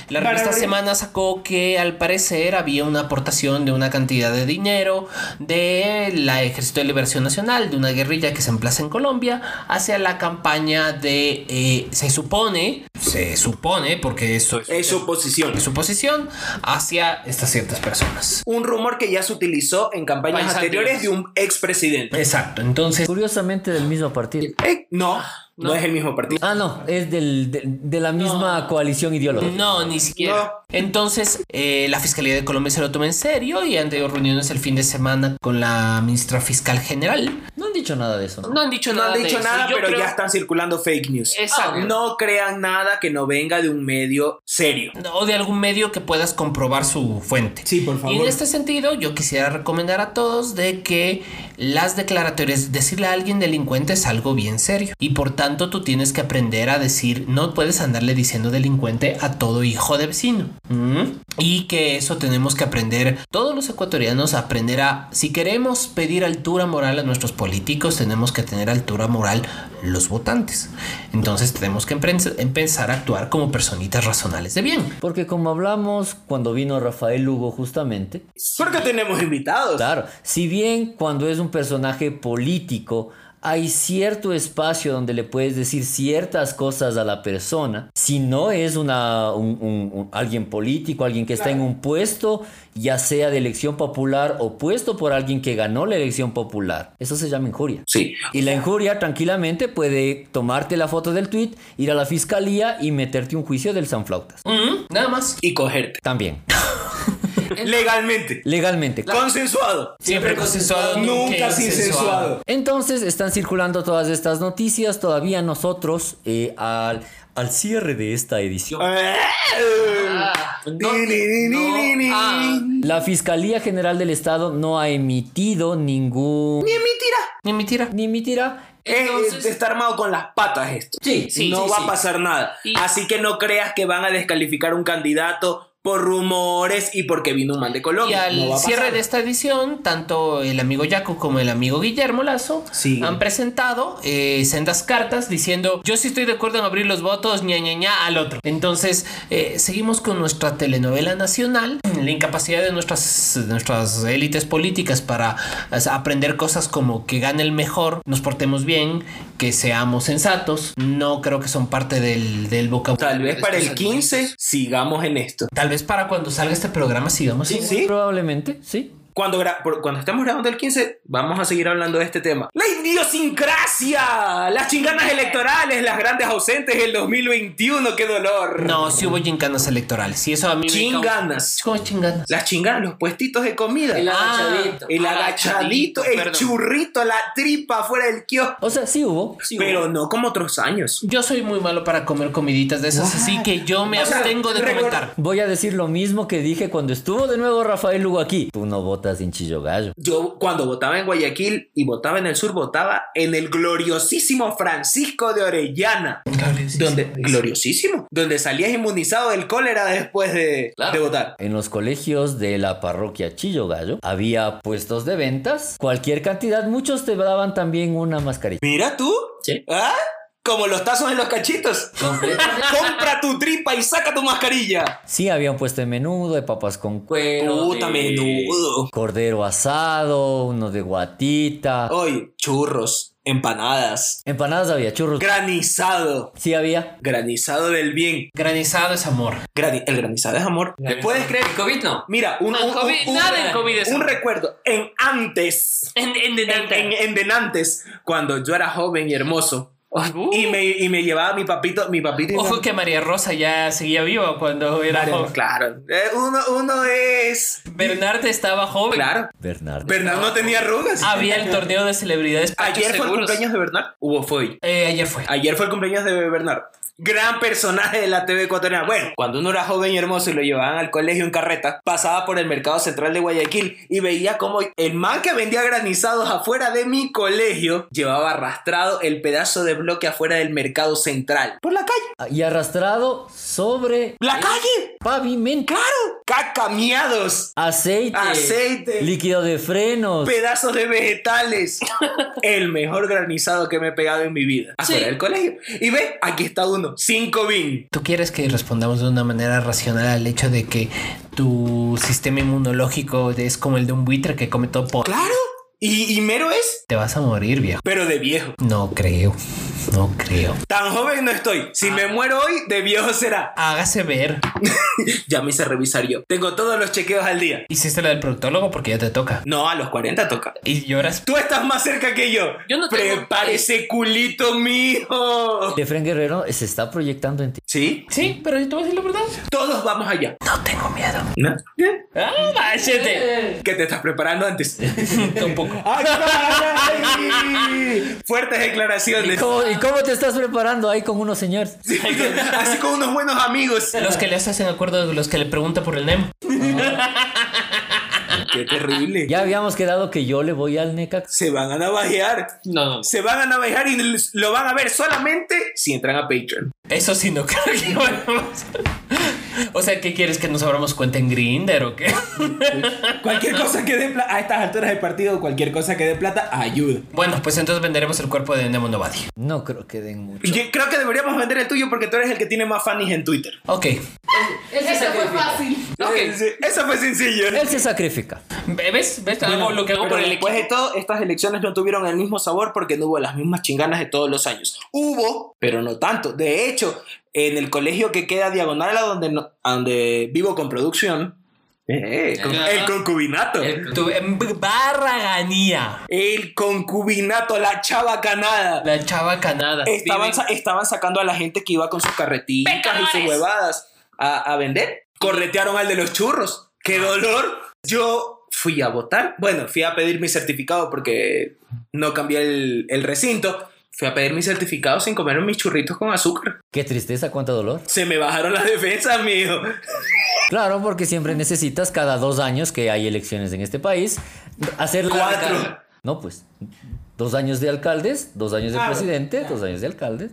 La revista Semana sacó que al parecer había una aportación de una cantidad de dinero de la Ejército de Liberación Nacional, de una guerrilla que se emplaza en Colombia, hacia la campaña de, eh, se supone, se supone, porque eso es, Es suposición. es suposición, hacia estas ciertas personas. Un rumor que ya se utilizó en campañas País anteriores de antiguos. un expresidente. Exacto, entonces... Curiosamente del mismo partido. Eh, no, no, es el mismo partido. Ah, no, es del, de, de la misma coalición ideológica. No, ni siquiera. Entonces, eh, la Fiscalía de Colombia se lo toma en serio y han tenido reuniones el fin de semana con la ministra fiscal general. No han dicho nada de eso. No han dicho No nada. han dicho de eso. nada, Yo pero creo- ya están circulando fake news. Exacto. No crean nada que no venga de un medio serio. o de algún medio que puedas comprobar su fuente. Sí, por favor. Y en este sentido, yo quisiera recomendar a todos de que las declaratorias, decirle a alguien delincuente es algo bien serio. Y por tanto, tú tienes que aprender a decir, no puedes andarle diciendo delincuente a todo hijo de vecino. ¿Mm? Y que eso tenemos que aprender, todos los ecuatorianos, a aprender a, si queremos pedir altura moral a nuestros políticos, tenemos que tener altura moral los votantes. Entonces tenemos que emprensa- empezar a actuar como personitas razonables de bien. Porque como hablamos cuando vino Rafael Lugo justamente, Porque tenemos invitados. Claro, si bien cuando es un personaje político hay cierto espacio donde le puedes decir ciertas cosas a la persona, si no es una, un- un- un- alguien político, alguien que está en un puesto, ya sea de elección popular o puesto por alguien que ganó la elección popular, eso se llama injuria. Sí. Y la injuria tranquilamente puede tomarte la foto del tweet, ir a la fiscalía y meterte un juicio del Sanflautas. Mm, Nada más. Y cogerte. También, Legalmente. legalmente. Consensuado. Siempre consensuado, Nunca sin sensuado. Entonces están circulando todas estas noticias. Todavía nosotros, eh, al, al cierre de esta edición, Ah. no, no, ah. la Fiscalía General del Estado no ha emitido ningún. Ni mentira. Ni mentira. ni emitirá. Es, está armado con las patas esto. Sí, sí, no sí, va sí. a pasar nada. Y- Así que no creas que van a descalificar un candidato por rumores y porque vino un man de Y Colombia. al No va a pasar. cierre de este- esta edición, tanto el amigo Yaco como el amigo Guillermo Lazo Sí. han presentado eh, sendas cartas diciendo yo sí estoy de acuerdo en abrir los votos ña ña ña al otro. Entonces, eh, seguimos con nuestra telenovela nacional, la incapacidad de nuestras, de nuestras élites políticas para o sea, aprender cosas como que gane el mejor, nos portemos bien, que seamos sensatos. No creo que son parte del, del vocabulario. Tal vez de para el estos 15 sigamos en esto. Tal vez para cuando salga este programa sigamos. Sí, igual. sí. Probablemente, sí. Cuando, gra- por- cuando estemos grabando el 15, vamos a seguir hablando de este tema. La idiosincrasia, las chinganas electorales, las grandes ausentes del 2021, qué dolor. No, sí hubo gincanas electorales. Y eso a mí me Chinganas. causa- ¿Cómo chinganas? Las chinganas, los puestitos de comida. El Ah, agachadito. El Agachadito, agachadito, el perdón. churrito, la tripa fuera del kiosco. O sea, sí hubo. pero no como otros años. Yo soy muy malo para comer comiditas de esas, así que yo me O sea, abstengo de recuerda- comentar. Voy a decir lo mismo que dije cuando estuvo de nuevo Rafael Lugo aquí. Tú no votas en Chillo Gallo. Yo cuando votaba en Guayaquil y votaba en el sur, votaba en el gloriosísimo Francisco de Orellana. Donde, gloriosísimo, donde salías inmunizado del cólera después de, de votar. En los colegios de la parroquia Chillo Gallo había puestos de ventas, cualquier cantidad, muchos te daban también una mascarilla. Mira tú, Sí. ¿ah? Como los tazos en los cachitos. Compra tu tripa y saca tu mascarilla. Sí, había un puesto de menudo, de papas con cuero, Puta menudo. cordero asado, uno de guatita, Hoy, churros, empanadas, empanadas había, churros. granizado. Sí había. Granizado del bien. Granizado es amor. Grani- el granizado es amor. ¿Puedes creer? COVID no. Mira, un, No, un- COVID, un- nada en COVID es un amor. recuerdo en antes, En, en, en, en Denantes, cuando yo era joven y hermoso, y me, y me llevaba mi papito, mi papito. y mi Ojo que María Rosa ya seguía viva cuando era mamá. joven. Claro, Eh, uno, uno es. Bernard estaba joven. Claro, Bernardo. Bernard no tenía arrugas. Había el torneo de celebridades. Pacho Ayer fue el Seguros. cumpleaños de Bernard. Hubo fue. Eh, ayer fue. Ayer fue el cumpleaños de Bernard. Gran personaje de la TV ecuatoriana. Bueno, cuando uno era joven y hermoso y lo llevaban al colegio en carreta, pasaba por el mercado central de Guayaquil y veía como el man que vendía granizados afuera de mi colegio llevaba arrastrado el pedazo de bloque afuera del mercado central. Por la calle. Y arrastrado sobre ¡La el calle! pavimento. ¡Claro! ¡Cacameados! Eh, Aceite. Aceite. Líquido de frenos. pedazos *laughs* de vegetales. El mejor granizado que me he pegado en mi vida. Afuera Sí. Ah, del colegio. Y ve, aquí está uno. Cinco bin. ¿Tú quieres que respondamos de una manera racional al hecho de que tu sistema inmunológico es como el de un buitre que come todo por... Claro. Y, y mero es, Te vas a morir, viejo. pero de viejo. No creo. No creo. Tan joven no estoy. Si me muero hoy, de viejo será. Hágase ver. Ya me hice revisar yo. Tengo todos los chequeos al día. Hiciste la del proctólogo porque ya te toca. No, a los 40 toca. Y lloras. Tú estás más cerca que yo. Yo no tengo- Prepare ese culito, mijo. De Fren Guerrero se está proyectando en ti. ¿Sí? Sí, pero yo te voy a decir la verdad. Todos vamos allá. No tengo miedo. ¿No? ¡Ah, váyate! ¿Qué te estás preparando antes? Tampoco. ¡Ay, ay! Fuertes ¿Y declaraciones. cómo, y cómo te estás preparando ahí con unos señores? Sí, así con unos buenos amigos. Los que le hacen acuerdo de los que le preguntan por el NEM. Qué terrible. Ya habíamos quedado que yo le voy al Necax. Se van a navajear. No, no. Se van a navajear y lo van a ver solamente si entran a Patreon. Eso sí, no *laughs* creo que vayamos. O sea, ¿qué quieres que nos abramos cuenta en Grinder o qué? *laughs* Cualquier cosa que dé plata, a estas alturas del partido, cualquier cosa que dé plata, ayuda. Bueno, pues entonces venderemos el cuerpo de Nemo Novadi. No creo que den mucho. Yo creo que deberíamos vender el tuyo porque tú eres el que tiene más fanis en Twitter. Ok, Eso fue fácil. Sí, Eso fue sencillo. Él se sacrifica. ¿ves? ¿Ves? Hago lo que hago Pero por el después equipo. de todo, estas elecciones no tuvieron el mismo sabor porque no hubo las mismas chinganas de todos los años. Hubo, pero no tanto. De hecho, en el colegio que queda diagonal a donde, no- a donde vivo con producción, eh, con- el concubinato. eh, El- tu- em, barraganía. El concubinato, la chava canada. La chava canada. Estaban, Viven- sa- estaban sacando a la gente que iba con sus carretitas y sus huevadas a, a vender. Corretearon al de los churros. ¡Qué dolor! Yo fui a votar. Bueno, fui a pedir mi certificado porque no cambié el, el recinto. Fui a pedir mi certificado sin comer mis churritos con azúcar. Qué tristeza, cuánto dolor. Se me bajaron las defensas, amigo. Claro, porque siempre necesitas cada dos años que hay elecciones en este país hacer la- Cuatro. No, pues dos años de alcaldes, dos años de Claro. presidente, dos años de alcaldes.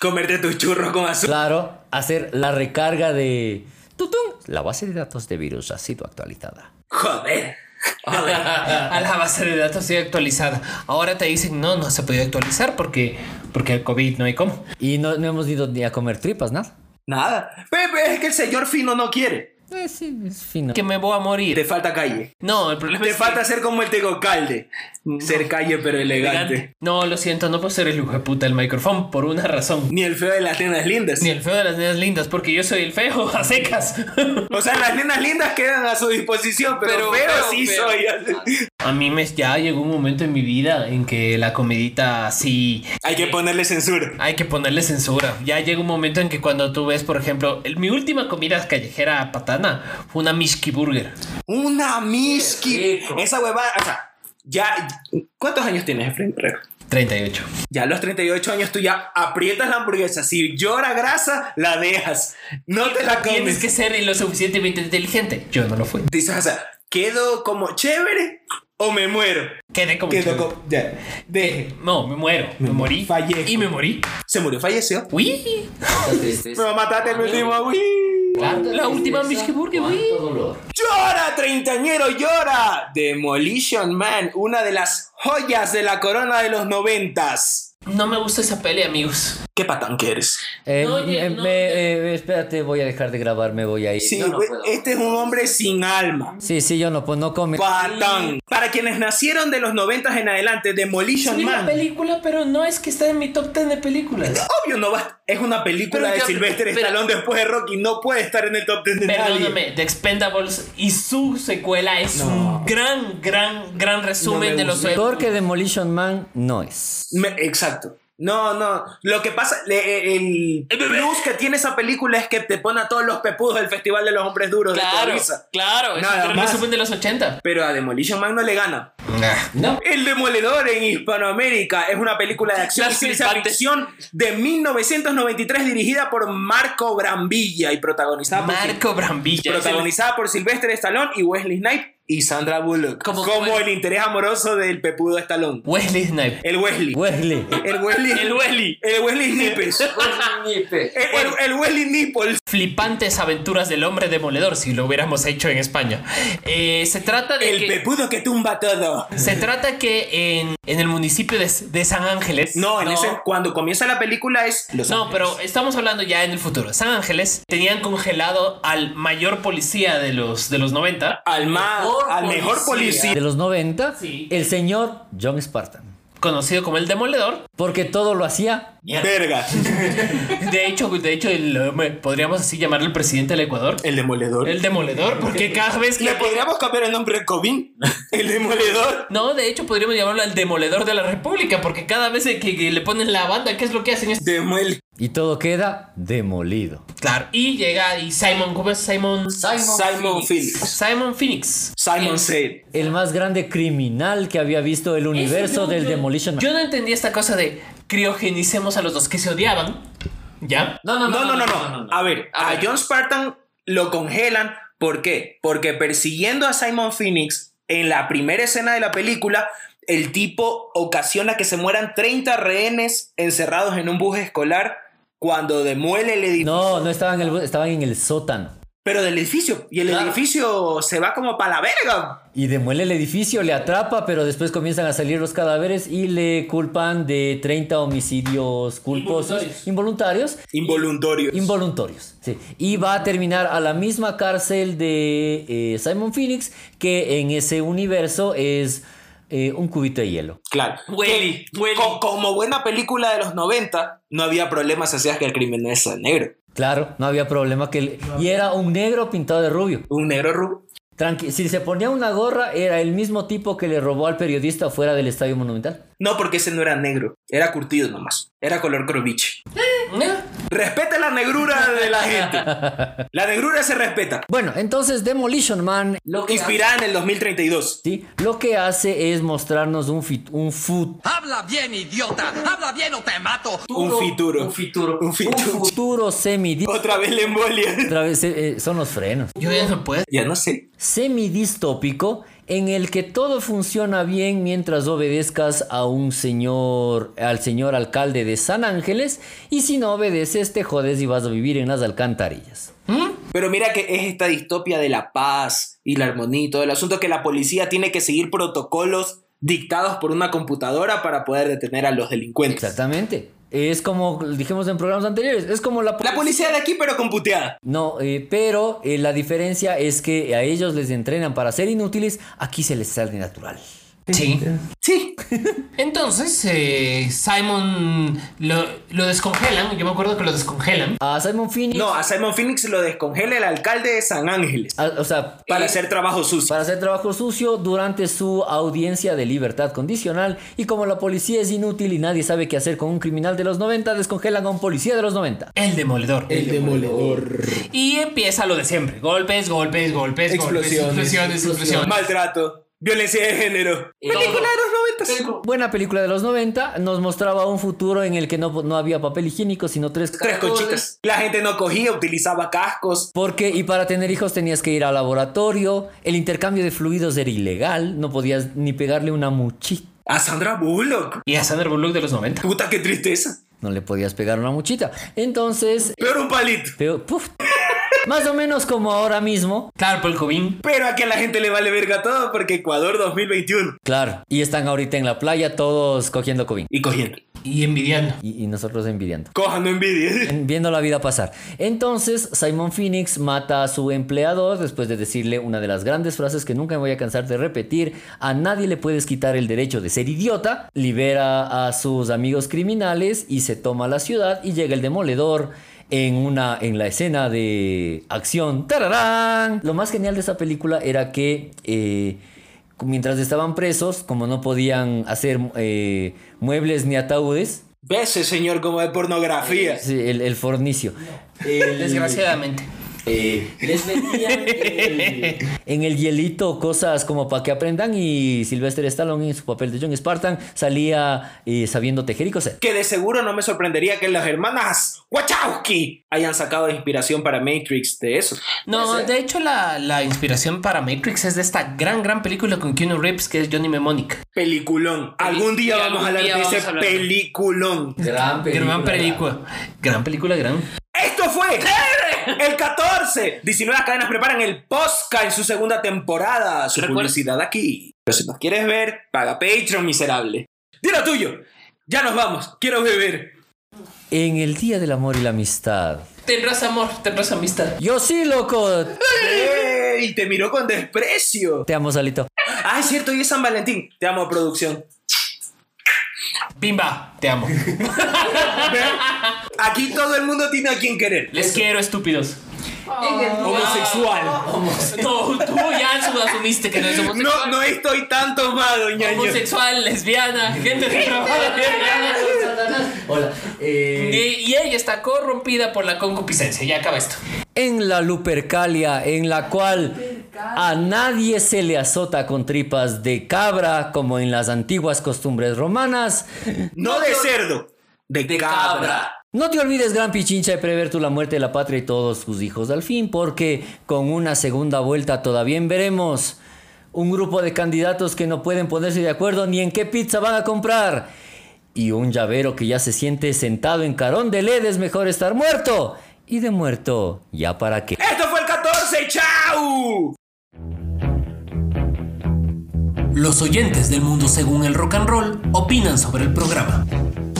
Comerte tus churros con azúcar. Claro, hacer la recarga de tutún. La base de datos de virus ha sido actualizada. Joder. Joder. a la base de datos sigue actualizada. Ahora te dicen, no, no se ha podido actualizar porque, porque el COVID no hay cómo. Y no, no hemos ido ni a comer tripas, nada. *laughs* Nada. Pepe, es que el señor fino no quiere. Eh, sí, es fino. Que me voy a morir. Te falta calle. No, el problema Te es falta que... ser como el tegocalde. Ser calle pero elegante. No, lo siento, no puedo ser el hijo de puta del micrófono por una razón. Ni el feo de las nenas lindas. Ni el feo de las nenas lindas, porque yo soy el feo a secas. *laughs* O sea, las nenas lindas quedan a su disposición, pero, Pero feo feo, sí feo. *laughs* soy. a mí me ya llegó un momento en mi vida en que la comedita sí Hay que ponerle censura. hay que ponerle censura. Ya llega un momento en que cuando tú ves, por ejemplo, el- mi última comida callejera patana fue una Mishki Burger. Una miski. Esa huevada, o sea, ya. ¿Cuántos años tienes, Efraín Guerrero? 38. Ya a los 38 años tú ya aprietas la hamburguesa. Si llora grasa, la dejas. No te la Tienes comes. que ser lo suficientemente inteligente. Yo no lo fui. Dices, o sea, ¿quedo como chévere o me muero? Quedé como... Quedo que- como. Ya. Deje. No, me muero. Me, morí. Fallezco. Y me morí. Se murió, falleció. Uy. Pero mataste mi último. ¡uy! La última Mishki Burger, uy. ¡Llora, treintañero, llora! Demolition Man, una de las joyas de la corona de los noventas. No me gusta esa peli, amigos. ¿Qué patán que eres? Eh, No, oye, eh, no, me- eh, espérate, voy a dejar de grabar, me voy a Eh, ir. Sí, güey, este es un hombre sin alma. Sí, sí, yo no, pues no come. Patán. Para quienes nacieron de los noventas en adelante, Demolition Vi la Man. película, pero no es que está en mi top 10 de películas. Obvio, no va. Es una película Pero de ya- Sylvester pero- Stallone después de Rocky. No puede estar en el top 10 de nadie. Perdóname, The Expendables y su secuela es un gran, gran, gran resumen No me de los Peor que Demolition Man no es. Me- exacto. No, no. Lo que pasa, le- e, el plus que tiene esa película es que te pone a todos los pepudos del Festival de los Hombres Duros de Claro, Cobriza. claro, es Nada un gran más. resumen de los 80. Pero a Demolition Man no le gana. No. El Demoledor en Hispanoamérica es una película de acción y Las ciencia flipantes. ficción de 1993 dirigida por Marco Brambilla y protagonizada por, Marco Brambilla. protagonizada por Sylvester Stallone y Wesley Snipes y Sandra Bullock. Como- Como, como- el interés amoroso del pepudo Stallone. Wesley Snipes. El Wesley. Wesley. El Wesley. El Wesley. El Wesley Nippes. El, el- el Wesley Nipples. Flipantes aventuras del hombre demoledor, si lo hubiéramos hecho en España. Eh, se trata de El que... pepudo que tumba todo. Se trata que en, en el municipio de, de San Ángeles... No, en ese, cuando comienza la película es. Los No, Ángeles. pero estamos hablando ya en el futuro. San Ángeles tenían congelado al mayor policía de los, de los 90. Al, ma- Mejor al mejor policía. policía. De los 90, Sí. el señor John Spartan. conocido como el demoledor. Porque todo lo hacía. Verga. De hecho, de hecho el- eh, me- podríamos así llamarle el presidente del Ecuador. El demoledor. El demoledor, porque cada vez Le que... podríamos cambiar el nombre a *laughs* Cobin. El demoledor. No, de hecho podríamos llamarlo el demoledor de la República, porque cada vez que, que le ponen la banda, ¿qué es lo que hacen? Es- Demuel. Y todo queda demolido. Claro, y llega y Simon, ¿cómo es Simon? Simon Phillips. Simon Phoenix. Simon Eh, Said. El más grande criminal que había visto el universo Eso yo- del yo- Demolition Man. Yo no entendía esta cosa de criogenicemos a los dos que se odiaban. ¿Ya? No, No, no, no, no. A ver, a John Spartan lo congelan. ¿Por qué? Porque persiguiendo a Simon Phoenix en la primera escena de la película, el tipo ocasiona que se mueran 30 rehenes encerrados en un bus escolar cuando demuele el edificio. No, no estaban en el, estaban en el sótano. Pero del edificio. Y el edificio se va como para la verga. Y demuele el edificio, le atrapa, pero después comienzan a salir los cadáveres y le culpan de 30 homicidios culposos, involuntarios, Involuntario. involuntarios. sí. Y va a terminar a la misma cárcel de eh, Simon Phoenix, que en ese universo es eh, un cubito de hielo. Claro. Huele, Que- huele. co- como buena película de los 90, no había problemas si hacías que el criminal sea negro. Claro, no había problema que... él- Y era un negro pintado de rubio. Un negro rubio. Tranqui si se ponía una gorra, era el mismo tipo que le robó al periodista fuera del Estadio Monumental. No, porque ese no era negro. Era curtido nomás. Era color croviche. Respeta la negrura de la gente. La negrura se respeta. Bueno, entonces Demolition Man Inspirada en el 2032. ¿sí? Lo que hace es mostrarnos un, fit- un fut- un fituro. Un fituro. Un fituro. futuro semidistópico. Otra vez la embolia. Otra vez eh, eh, son los frenos. Yo ya no puedo. Ya no sé. Semidistópico en el que todo funciona bien mientras obedezcas a un señor, al señor alcalde de San Ángeles y si no obedeces te jodes y vas a vivir en las alcantarillas. Pero mira que es esta distopia de la paz y la armonía y todo el asunto que la policía tiene que seguir protocolos dictados por una computadora para poder detener a los delincuentes. Exactamente. Es como dijimos en programas anteriores, es como la La policía de aquí pero computeada. No, eh, pero eh, la diferencia es que a ellos les entrenan para ser inútiles, aquí se les sale natural. Sí. *laughs* Sí. Entonces, eh, Simon lo, lo descongelan. Yo me acuerdo que lo descongelan. A Simon Phoenix, No, a Simon Phoenix lo descongela el alcalde de San Ángeles a- o sea, para eh, hacer trabajo sucio. para hacer trabajo sucio durante su audiencia de libertad condicional y como la policía es inútil y nadie sabe qué hacer con un criminal de los 90, descongelan a un policía de los 90. El demoledor. El demoledor. Y empieza lo de siempre. Golpes, golpes, golpes, Explosiones. golpes. Explosiones, explosiones. Maltrato. Violencia de género. Película de los noventas. Buena película de los 90, nos mostraba un futuro en el que no, no había papel higiénico, sino tres... Tres conchitas. La gente no cogía, utilizaba cascos. Porque, y para tener hijos tenías que ir al laboratorio, el intercambio de fluidos era ilegal, no podías ni pegarle una muchita. A Sandra Bullock. Y a Sandra Bullock de los 90. Puta, qué tristeza. No le podías pegar una muchita. Entonces, Peor un palito. pero, puf, *laughs* más o menos como ahora mismo, Claro, por el Cobain. Pero aquí a la gente le vale verga todo porque Ecuador 2021. claro, y están ahorita en la playa todos cogiendo cobín Y cogiendo. Y envidiando. y, y nosotros envidiando. Coja, no envidia. *laughs* en- Viendo la vida pasar. Entonces, Simon Phoenix mata a su empleador después de decirle una de las grandes frases que nunca me voy a cansar de repetir: A nadie le puedes quitar el derecho de ser idiota. Libera a sus amigos criminales y se toma la ciudad. Y llega el demoledor en, una, en la escena de acción. ¡Tararán! Lo más genial de esta película era que. eh, Mientras estaban presos, como no podían hacer eh, muebles ni ataúdes, Ve ese señor como de pornografía. sí, el, el fornicio. Desgraciadamente. Eh, Les vendían el- en el hielito cosas como para que aprendan y Sylvester Stallone en su papel de John Spartan salía eh, sabiendo tejer y coser. que de seguro no me sorprendería que las hermanas Wachowski hayan sacado inspiración para Matrix de eso. No, de hecho la, la inspiración para Matrix es de esta gran, gran película con Keanu Reeves que es Johnny Mnemonic. Peliculón. Algún día Sí, vamos a algún hablar día de vamos ese a hablar de- peliculón. Gran gran película. Gran película, gran. Esto fue el 14. 19 cadenas preparan el Posca en su segunda temporada. Su Recuerda- publicidad aquí. Pero si nos quieres ver, paga Patreon, miserable. Dilo tuyo. Ya nos vamos. Quiero beber. En el Día del Amor y la Amistad. Tendrás amor, tendrás amistad. Yo sí, loco. Y te miró con desprecio. Te amo, Salito. Ah, es cierto, y es San Valentín. Te amo, producción. Bimba, te amo. Aquí todo el mundo tiene a quien querer. Les quiero, estúpidos. Homosexual. No, tú ya asum- asumiste que no es homosexual. No, no estoy tan tomado, ñaño. homosexual, lesbiana, gente de Hola. eh, Y, y ella está corrompida por la concupiscencia. Ya acaba esto. en la Lupercalia, en la cual a nadie se le azota con tripas de cabra, como en las antiguas costumbres romanas. No de cerdo. De, cabra. No te olvides, gran pichincha, de prever tú la muerte de la patria y todos sus hijos al fin, porque con una segunda vuelta todavía veremos un grupo de candidatos que no pueden ponerse de acuerdo ni en qué pizza van a comprar. Y un llavero que ya se siente sentado en carón de led es mejor estar muerto. Y de muerto, ¿ya para qué? Esto fue el 14. ¡Chao! Los oyentes del mundo según el rock and roll opinan sobre el programa.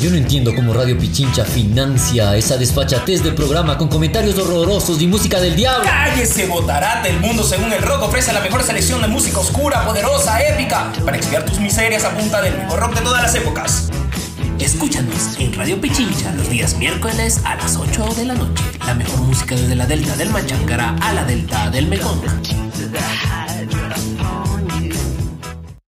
Yo no entiendo cómo Radio Pichincha financia esa desfachatez del programa con comentarios horrorosos y música del diablo. Cállese, botarate. El mundo según el rock ofrece la mejor selección de música oscura, poderosa, épica, para expiar tus miserias a punta del mejor rock de todas las épocas. Escúchanos en Radio Pichincha los días miércoles a las 8 de la noche. La mejor música desde la delta del Machancara a la delta del Mekong.